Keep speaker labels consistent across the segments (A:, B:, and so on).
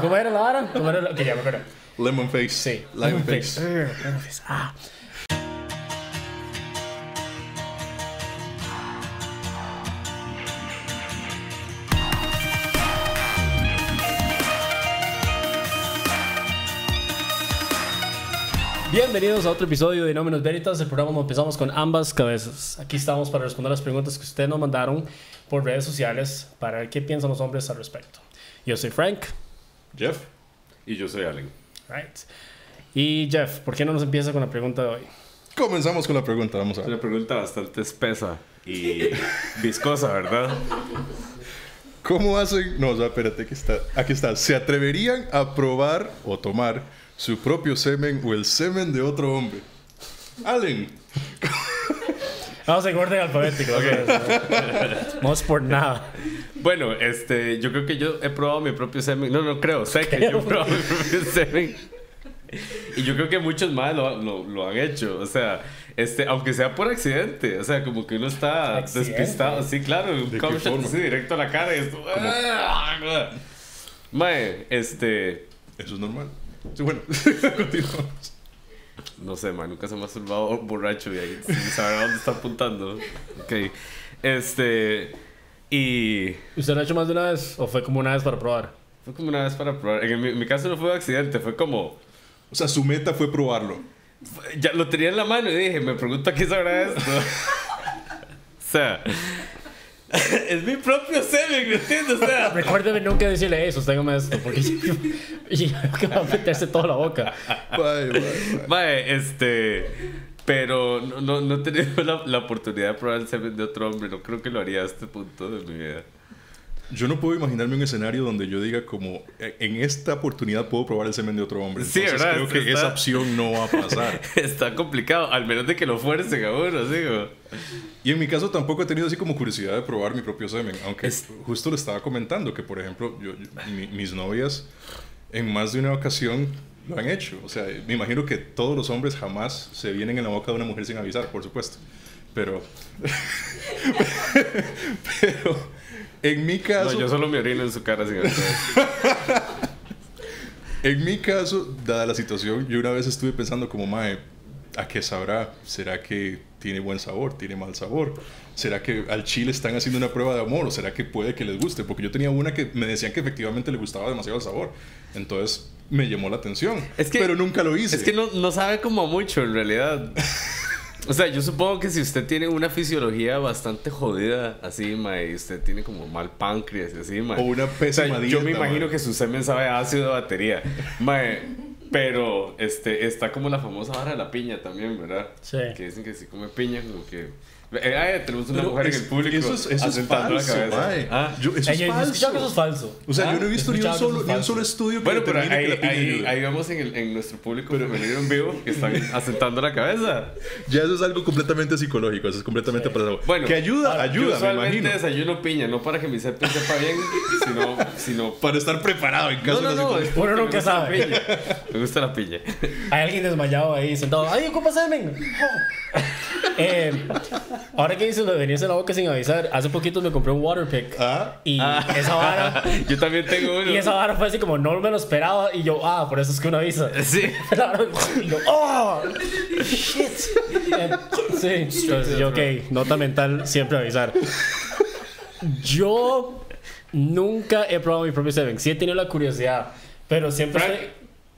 A: ¿Cómo era la hora? ¿Cómo era la... Que ya me acuerdo.
B: Lemon Face.
A: Sí.
B: Lemon Face.
A: Ugh, lemon face. Ah. Bienvenidos a otro episodio de Nómenos Veritas, el programa donde empezamos con ambas cabezas. Aquí estamos para responder las preguntas que ustedes nos mandaron por redes sociales para ver qué piensan los hombres al respecto. Yo soy Frank.
B: Jeff. Y yo soy Allen.
A: Right. Y Jeff, ¿por qué no nos empieza con la pregunta de hoy?
B: Comenzamos con la pregunta, vamos a
C: Es
B: ver.
C: una pregunta bastante espesa y viscosa, ¿verdad?
B: ¿Cómo hacen? No, o sea, espérate, aquí está. Aquí está. ¿Se atreverían a probar o tomar su propio semen o el semen de otro hombre? Allen.
A: Vamos en orden alfabético. ok. No es por nada.
C: Bueno, este, yo creo que yo he probado mi propio semen. No, no creo, sé que yo he probado mi propio semen. Y yo creo que muchos más lo, lo- lo han hecho. O sea, este, aunque sea por accidente. O sea, como que uno está
A: ¿Accidente?
C: despistado. Sí, claro,
B: qué
C: un cum shot
B: forma?
C: así directo a la cara y esto. Mae, este.
B: Eso es normal. Sí, bueno, continuamos.
C: No sé, man, nunca se me ha masturbado borracho y ahí sin saber a dónde está apuntando. Ok. Este. Y.
A: ¿Usted lo ha hecho más de una vez o fue como una vez para probar?
C: Fue como una vez para probar. En mi, mi caso no fue un accidente, fue como.
B: O sea, su meta fue probarlo.
C: fue- Ya lo tenía en la mano y dije, me pregunto qué sabrá esto. o sea. es mi propio semen, ¿me entiendes? O sea.
A: Recuérdeme nunca decirle eso, téngame esto, porque y que va a meterse toda la boca.
B: Bye, bye, bye.
C: Mae, este. Pero no, no, no he tenido la, la oportunidad de probar el semen de otro hombre. No creo que lo haría a este punto de mi vida.
B: Yo no puedo imaginarme un escenario donde yo diga como "Eh, en esta oportunidad puedo probar el semen de otro hombre.
C: Sí,
B: Entonces,
C: ¿verdad?
B: creo que
C: Está-
B: esa opción no va a pasar.
C: Está complicado, al menos de que lo fuercen a uno, digo.
B: Y en mi caso tampoco he tenido así como curiosidad de probar mi propio semen, aunque
C: Es-
B: justo le estaba comentando que, por ejemplo, yo, yo- mi- mis novias en más de una ocasión lo han hecho. O sea, me imagino que todos los hombres jamás se vienen en la boca de una mujer sin avisar, por supuesto. Pero... pero en mi
C: No,
B: caso...
C: yo solo me orino en su cara sin hacer.
B: En mi caso, dada la situación, yo una vez estuve pensando como, mae, ¿a qué sabrá? ¿Será que tiene buen sabor? ¿Tiene mal sabor? ¿Será que al chile están haciendo una prueba de amor? ¿O será que puede que les guste? Porque yo tenía una que me decían que efectivamente le gustaba demasiado el sabor. Entonces me llamó la atención.
C: Es que-
B: pero nunca lo hice.
C: Es que no, no sabe como mucho en realidad. O sea, yo supongo que si usted tiene una fisiología bastante jodida, así, ma, y usted tiene como mal páncreas, y así, ma.
B: O una pésima
C: yo
B: dieta,
C: me imagino
B: ma.
C: que su semen sabe a ácido de batería. Ma, pero este, está como la famosa vara de la piña también, ¿verdad?
A: Sí.
C: Que dicen que si come piña, como que. Eh, ay, tenemos una
B: Pero
C: mujer
B: es-
C: en el público.
B: Eso es, eso es
C: asentando la
B: falso,
C: cabeza.
B: mae.
C: Ah.
B: Yo- eso es
A: Ey, yo he escuchado que eso es
B: falso.
A: falso.
B: O sea, yo no he
A: Ah,
B: visto ni un
A: escuchado que eso es
B: solo, ni un
A: falso.
B: solo estudio que
C: Bueno, pero ahí,
B: determine que la piña
C: ahí-
B: ayuda.
C: ahí vemos en, el- en nuestro público femenino en vivo que están asentando la cabeza.
B: Ya eso es algo completamente psicológico, eso es completamente para
C: Bueno,
B: que ayuda,
C: yo
B: ayuda, me
C: usualmente
B: imagino.
C: desayuno piña, no para que mi septo sepa bien, sino... sino
B: Para estar preparado en
C: no,
B: caso
C: no,
B: de
C: no,
B: una
C: es
B: circun-
C: porque
A: Uno
C: me
A: nunca
C: gusta la
A: sabe.
C: piña. Me gusta la piña.
A: Hay alguien desmayado ahí sentado. ¡Ay, ocupa semen! Oh. Eh, ahora que dices lo de venirse a la boca sin avisar, hace poquito me compré un water pick.
B: Ah.
A: Y esa vara.
C: Yo también tengo uno.
A: Y esa vara fue así como no me lo esperaba. Y yo, ah, por eso es que uno avisa.
C: Sí.
A: La verdad, y yo, ¡Oh! ¡Shit! Eh, Sí, entonces yo, ok, nota mental, siempre avisar. Yo nunca he probado mi propio Seven. Sí he tenido la curiosidad, pero siempre.
C: Frank,
A: estoy-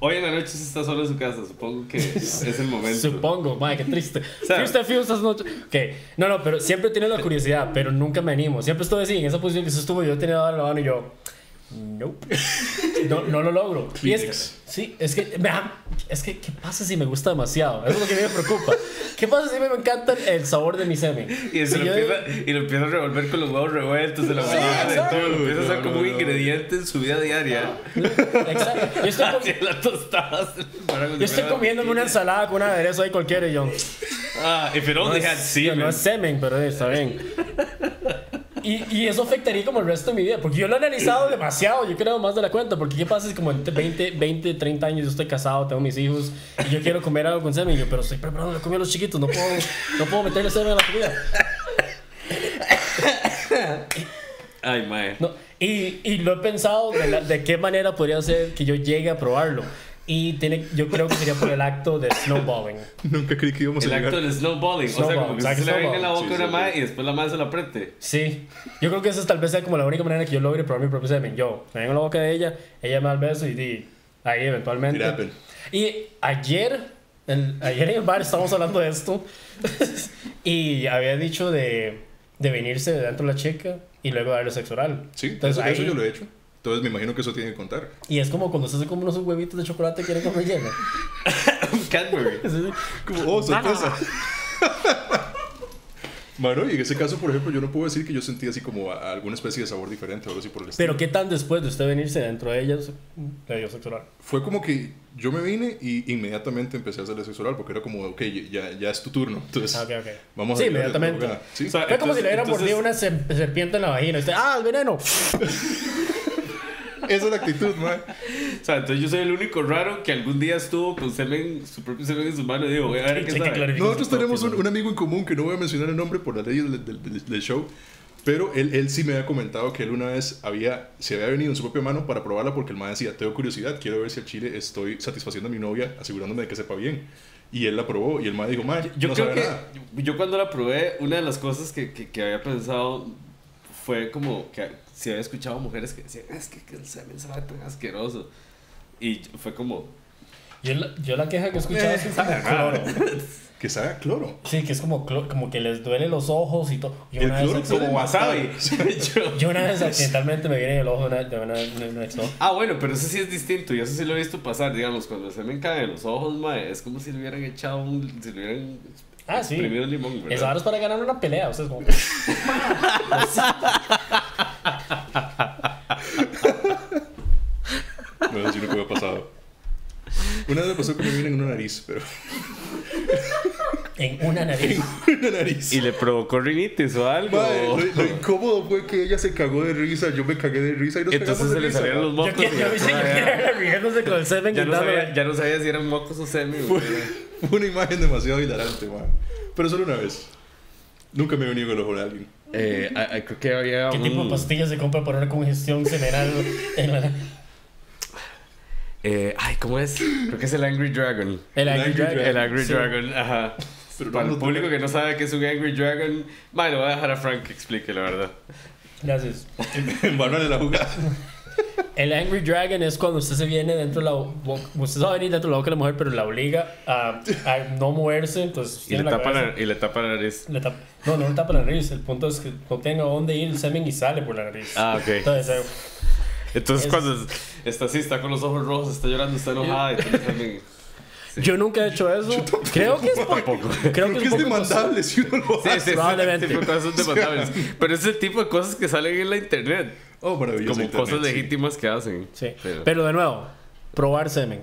C: hoy en la noche se está solo en su casa, supongo que es el momento.
A: Supongo, madre, qué triste.
C: sea-
A: Fuiste a fiestas noche. Ok, no, no, pero siempre tiene la curiosidad, pero nunca me animo. Siempre estoy así, en esa posición que usted estuvo, yo tenía la mano y yo. Nope. No, no lo logro. Y es que-
B: Kleenex.
A: sí, es que, me da- es que, ¿qué pasa si me gusta demasiado? Eso es lo que me preocupa. ¿Qué pasa si me encanta el sabor de mi semen?
C: Y, se
A: Si
C: lo
A: yo-
C: empieza, y lo empieza a revolver con los huevos revueltos de la mañana, de
A: exacto.
C: todo. Lo empieza a hacer
B: No,
C: como
B: no,
C: un
B: no.
C: ingrediente en su vida diaria.
A: Exacto. Yo estoy, comi-
C: Hacia las tostadas.
A: yo estoy comiéndome una ensalada con un aderezo ahí cualquiera y yo.
C: Ah, if it only had
A: Yo,
C: semen.
A: no es semen, pero eh, está bien. Y, y eso afectaría como el resto de mi vida, porque yo lo he analizado demasiado, yo creo más de la cuenta, porque qué pasa si como en 20, 20, 30 años yo estoy casado, tengo mis hijos, y yo quiero comer algo con semen, y yo, pero estoy preparando la comida a los chiquitos, no puedo, no puedo meterle semen a la comida.
C: Ay, mae.
A: No, Y, y lo he pensado de, la- de qué manera podría ser que yo llegue a probarlo. Y tiene, yo creo que sería por el acto de snowballing.
B: Nunca creí que íbamos
C: El
B: a llegar.
C: acto del snowballing. o sea,
A: Snowball,
C: como que
A: exacto,
C: usted se le venga en la
B: snowball.
C: boca a una
B: Sí, sí,
C: madre
B: sí.
C: y después la madre se la apriete.
A: Sí, yo creo que esa es tal vez sea como la única manera que yo logre probar mi propio semen. Yo me vengo a la boca de ella, ella me da el beso y di, ahí eventualmente.
B: It happened.
A: Y ayer, en- ayer en el bar estábamos hablando de esto y había dicho de, de venirse de dentro de la chica y luego darle sexo oral.
B: Sí,
C: Pues
A: Entonces,
B: eso, eso
A: ahí-
B: yo lo he hecho. Entonces me imagino que eso tiene que contar.
A: Y es como cuando se hace como unos huevitos de chocolate que quieren comer lleno.
C: Cadbury.
B: Como, oh, sorpresa. Bueno, y en ese caso, por ejemplo, yo no puedo decir que yo sentí así como a- a alguna especie de sabor diferente o algo así por el estilo.
A: Pero qué tan después de usted venirse dentro de ella le dio sexo oral.
B: Fue como que yo me vine y inmediatamente empecé a hacerle sexo oral porque era como, ok, ya, ya es tu turno. Entonces,
A: Ah, ok, ok.
B: vamos a
A: Sí,
B: darle a la
A: inmediatamente.
B: abogada. Sí,
C: O sea,
A: Fue como si le hubieran
C: entonces-
A: mordido una ser- serpiente en la vagina. Usted, ah, el veneno.
B: esa es la actitud, man.
C: O sea, entonces yo soy el único raro que algún día estuvo con semen, su propio semen en su mano y digo, voy a ver qué
A: Sí, que
C: sabe.
A: clarificar sus
B: Nosotros
A: propios,
B: tenemos un,
A: ¿no?
B: un amigo en común que no voy a mencionar el nombre por las leyes del, del- del- del show, pero él, él sí me ha comentado que él una vez había, se había venido en su propia mano para probarla porque el man decía, tengo curiosidad, quiero ver si al chile estoy satisfaciendo a mi novia, asegurándome de que sepa bien. Y él la probó y el man dijo, man,
C: Yo
B: no
C: creo
B: sabe
C: que
B: nada.
C: yo cuando la probé, una de las cosas que, que, que había pensado fue como que si había escuchado mujeres que decían, es que, que el semen sabe tan asqueroso. Y fue como,
A: Yo la, yo la queja que he escuchado es que es como cloro.
B: Que sabe a cloro.
A: Sí, que es como cloro, como que les duele los ojos y todo. Yo
B: El
A: una, vez,
B: cloro
A: acci-
B: puede
C: como wasabi. Yo-
A: yo una vez accidentalmente me viene en el ojo de una, de una, de una ex, ¿no?
C: Ah, bueno, pero eso sí es distinto. Y eso sí lo he visto pasar. Digamos, cuando se me caen los ojos, mae, es como si le hubieran echado un. Si le hubieran
A: Ah, sí.
C: exprimido un limón, ¿verdad?
A: Esa hora es para ganar una pelea. O sea, es como...
B: No sé si nunca me ha pasado. Una vez me pasó que me vino en una nariz, pero...
A: En una nariz.
B: una nariz.
C: Y le provocó rinitis o algo.
B: Mae, lo, lo incómodo fue que ella se cagó de risa, yo me cagué de risa y nos
C: Entonces
B: cagamos de
C: se le
B: risa,
C: salieron
B: mae.
C: los
A: Yo
C: mocos.
A: quiero
C: y
A: yo hice-
C: Ah, ya-
A: yo quiero verla riéndose con el semen
C: ya, no
A: quitándole.
C: sabía, ya no sabía si eran mocos o semi. güey.
B: Fue una imagen demasiado hilarante, man. Pero solo una vez. Nunca me he venido con el ojo de alguien.
C: Eh, I- I creo que había.
A: ¿Qué tipo de
C: un-
A: pastillas se compra para una congestión seminal? En la,
C: eh, ay, ¿cómo es? Creo que es el Angry Dragon.
A: el
B: Angry
A: Angry Dragon.
C: El Angry
A: Sí.
C: Dragon, ajá.
B: Pero
C: Para
B: no
C: el
B: lo
C: público
B: toca.
C: que no sabe qué es un Angry Dragon, mae, lo voy a dejar a Frank que explique, la verdad.
A: Gracias.
B: Manuel en la jugada.
A: El Angry Dragon es cuando usted se viene dentro de la boca. Usted se va a venir dentro de la boca de la mujer, pero la obliga a, a no moverse. Entonces,
C: Y le,
A: tiene la
C: tapa
A: cabeza-
C: la, y le tapa la nariz.
A: le tapa- No, no le tapa la nariz. El punto es que no tiene a dónde ir el semen y sale por la nariz.
C: Ah, ok.
A: Entonces, eh,
C: Entonces
A: Es-
C: cuando está así, está con los ojos rojos, está llorando, está enojada y tú también.
A: yo nunca he hecho eso. creo que es por-
C: Tampoco.
A: Creo que
B: Creo
A: es,
B: que es
A: un poco-
B: demandable si uno lo hace.
A: probablemente.
C: Ese tipo de cosas son demandables. Pero es el tipo de cosas que salen en la internet.
B: Oh, maravilloso.
C: Como
B: internet,
C: cosas
B: sí.
C: legítimas que hacen.
A: Sí.
C: Pero-
A: Pero de nuevo, probar semen.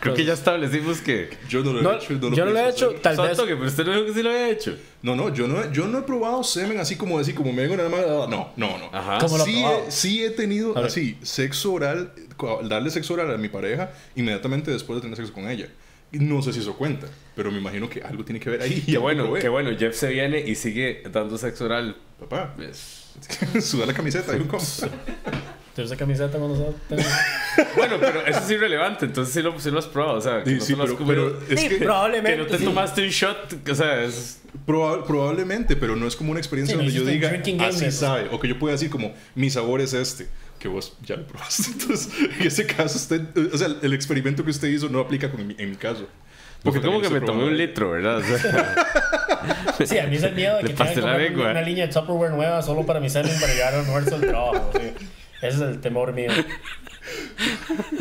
C: Creo que ya establecimos que.
B: Yo no lo he
A: No,
B: hecho.
A: yo no lo he
B: pienso
A: hecho,
B: hacer.
A: tal
C: Solo
A: vez.
C: toque, pero usted no dijo que sí lo había hecho.
B: No, no, yo no, he- yo no he probado semen así como decir, como me vengo nada más. ah, No, no, no.
C: Ajá.
A: ¿Cómo lo ha
B: Sí
A: probado?
B: he, sí he tenido
A: ver.
B: así, sexo oral, cu- darle sexo oral a mi pareja inmediatamente después de tener sexo con ella. Y No sé si eso cuenta, pero me imagino que algo tiene que ver ahí.
C: Qué
B: Ya
C: bueno,
B: probé.
C: qué bueno. Jeff se viene y sigue dando sexo oral. pues.
B: Papá,
C: Es-
B: suda la camiseta, hay un compa.
A: Yo esa camiseta cuando se-
C: Bueno, pero eso es irrelevante. Entonces sí lo, sí lo has probado. O sea, que
B: Sí,
C: no
B: sí,
C: solo has
B: pero,
C: comido-
B: pero es
A: Sí,
B: que
A: probablemente.
C: que no te
A: sí.
C: tomaste un shot. O sea, es.
B: proba- probablemente, pero no es como una experiencia
A: Sí, no
B: donde yo
A: hiciste un
B: diga
A: drinking game
B: así
A: de eso".
B: sabe, o que yo pueda decir como mi sabor es este, que vos ya lo probaste. Entonces, en ese caso, usted, o sea, el experimento que usted hizo no aplica con mi- en mi caso.
C: Porque
B: también
C: como que
B: estoy
C: me tomé un
B: probando.
C: litro, ¿verdad? O sea.
A: Sí, a mí es el miedo de
C: Le
A: que tenga
C: pasé
A: que
C: la
A: comprar
C: lengua.
A: una línea de Tupperware nueva solo para mi semen para llegar al almuerzo del trabajo. sí. Ese es el temor mío.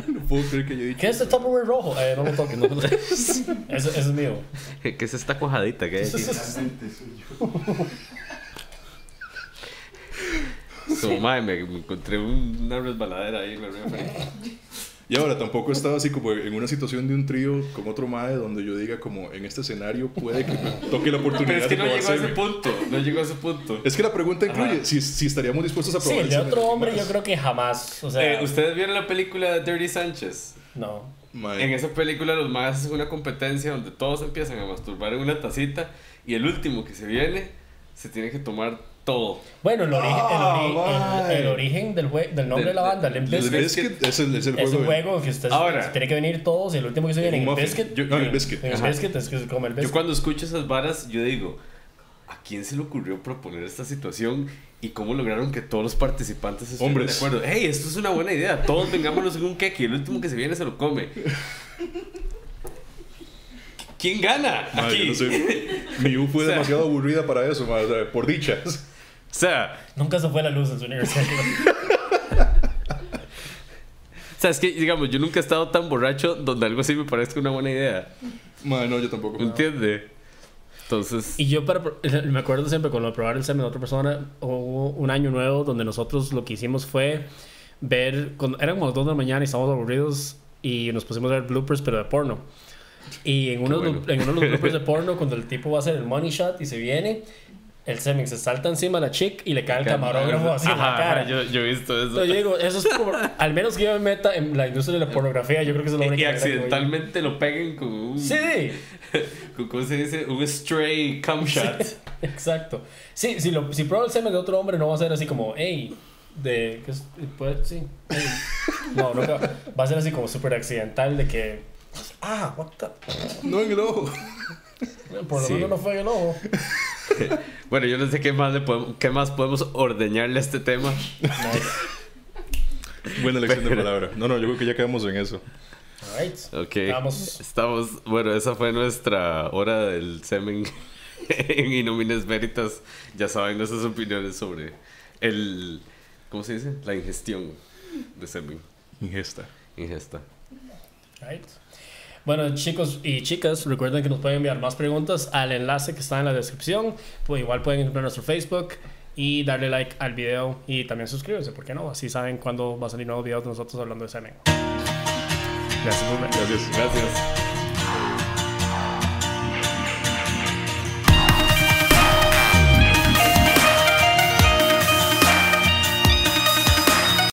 B: No puedo creer que yo he dicho.
A: ¿Qué es el Tupperware rojo? Eh, no lo toques, no lo toques. Eso, eso es mío.
C: ¿Qué es esta cuajadita
A: Eh,
C: que hay aquí? Como, madre, me, me encontré una resbaladera ahí en la río Felipe.
B: Y ahora tampoco he estado así como en una situación de un trío con otro madre donde yo diga como en este escenario puede que me toque la oportunidad
C: Pero es que
B: de
C: no
B: probar
C: llegó a ese
B: semen.
C: punto. No llegó a ese punto.
B: Es que la pregunta incluye
C: Ajá.
B: si, si estaríamos dispuestos a
A: Sí,
B: probar
A: el
B: el
A: de
B: semen
A: otro
B: alguien
A: hombre
B: más.
A: yo creo que jamás. O sea,
C: Eh, ¿Ustedes vieron la película de Dirty Sánchez?
A: no.
B: Mae.
C: En esa película los más es una competencia donde todos empiezan a masturbar en una tacita y el último que se viene se tiene que tomar todo.
A: Bueno, el, origen, el ori-
B: Ah,
A: el- el
B: mae.
A: origen del, jue- del nombre de,
C: Del-
A: la banda, Limp
B: El
A: Bizkit,
B: Biscuit Pues, es el, es el
A: es
B: juego.
A: un
B: de-
A: juego que usted se-
C: Ahora.
A: se tiene que venir todos y el último que se viene
B: Un
A: en el
B: muffin.
A: Biscuit.
B: Yo- no, el Biscuit.
A: En el
B: Ajá.
A: Biscuit es que se come el
C: Yo
A: Biscuit.
C: cuando escucho esas varas, yo digo, ¿a quién se le ocurrió proponer esta situación y cómo lograron que todos los participantes estuvieran
B: Hombres.
C: de acuerdo? ¡Hey, esto es una buena idea! Todos vengámonos en un queque y el último que se viene se lo come. ¿Quién gana
B: Mae,
C: aquí?
B: Ah, yo no sé. Mi U fue
C: O sea.
B: demasiado aburrida para eso, mae, o sea, por dichas.
C: O sea,
A: Nunca se fue la luz en su aniversario.
C: o sea, es que, digamos, yo nunca he estado tan borracho donde algo así me parezca una buena idea.
B: Mae, no, yo tampoco.
C: ¿Entiende? Entonces,
A: Y yo para, me acuerdo siempre cuando probar el semen de otra persona, hubo un año nuevo donde nosotros lo que hicimos fue ver, cuando, eran como las 2 de la mañana y estábamos aburridos y nos pusimos a ver bloopers pero de porno. Y en uno, de los-
C: bueno.
A: en uno de los bloopers de porno, cuando el tipo va a hacer el money shot y se viene, el semen se salta encima de la chick y le cae el camarógrafo así en la
C: Ajá,
A: cara.
C: Yo, yo he visto eso.
A: Entonces yo digo, eso es por- al menos que yo me meta en la industria de la pornografía, yo creo que es la única
C: Y
A: manera que voy a-
C: accidentalmente lo peguen con un...
A: Sí,
C: con- ¿Cómo se dice? Un stray cum shot.
A: exacto. Sí, si, lo, si prueba el semen de otro hombre, no va a ser así como, hey, de. que es- pues, sí, ey". No, nunca. Va a ser así como súper accidental de que. Ah, what the.
B: No en el ojo.
A: Por lo
C: Sí.
A: menos no fue en el ojo.
C: Bueno, yo no sé qué más, le podemos, qué más podemos ordeñarle a este tema.
A: No.
B: Buena elección de palabra. No, no, yo creo que ya quedamos en eso.
A: Alright.
C: Ok.
A: Vamos.
C: Estamos. Bueno, esa fue nuestra hora del semen en Inomines Veritas. Ya saben nuestras opiniones sobre el. ¿Cómo se dice? La ingestión de semen.
B: Ingesta.
C: Ingesta.
A: Right. Bueno, chicos y chicas, recuerden que nos pueden enviar más preguntas al enlace que está en la descripción. Pues igual pueden entrar a nuestro Facebook y darle like al video y también suscribirse, ¿por qué no? Así saben cuándo va a salir nuevos videos de nosotros hablando de semen. Gracias por ver.
B: Gracias.
C: Gracias.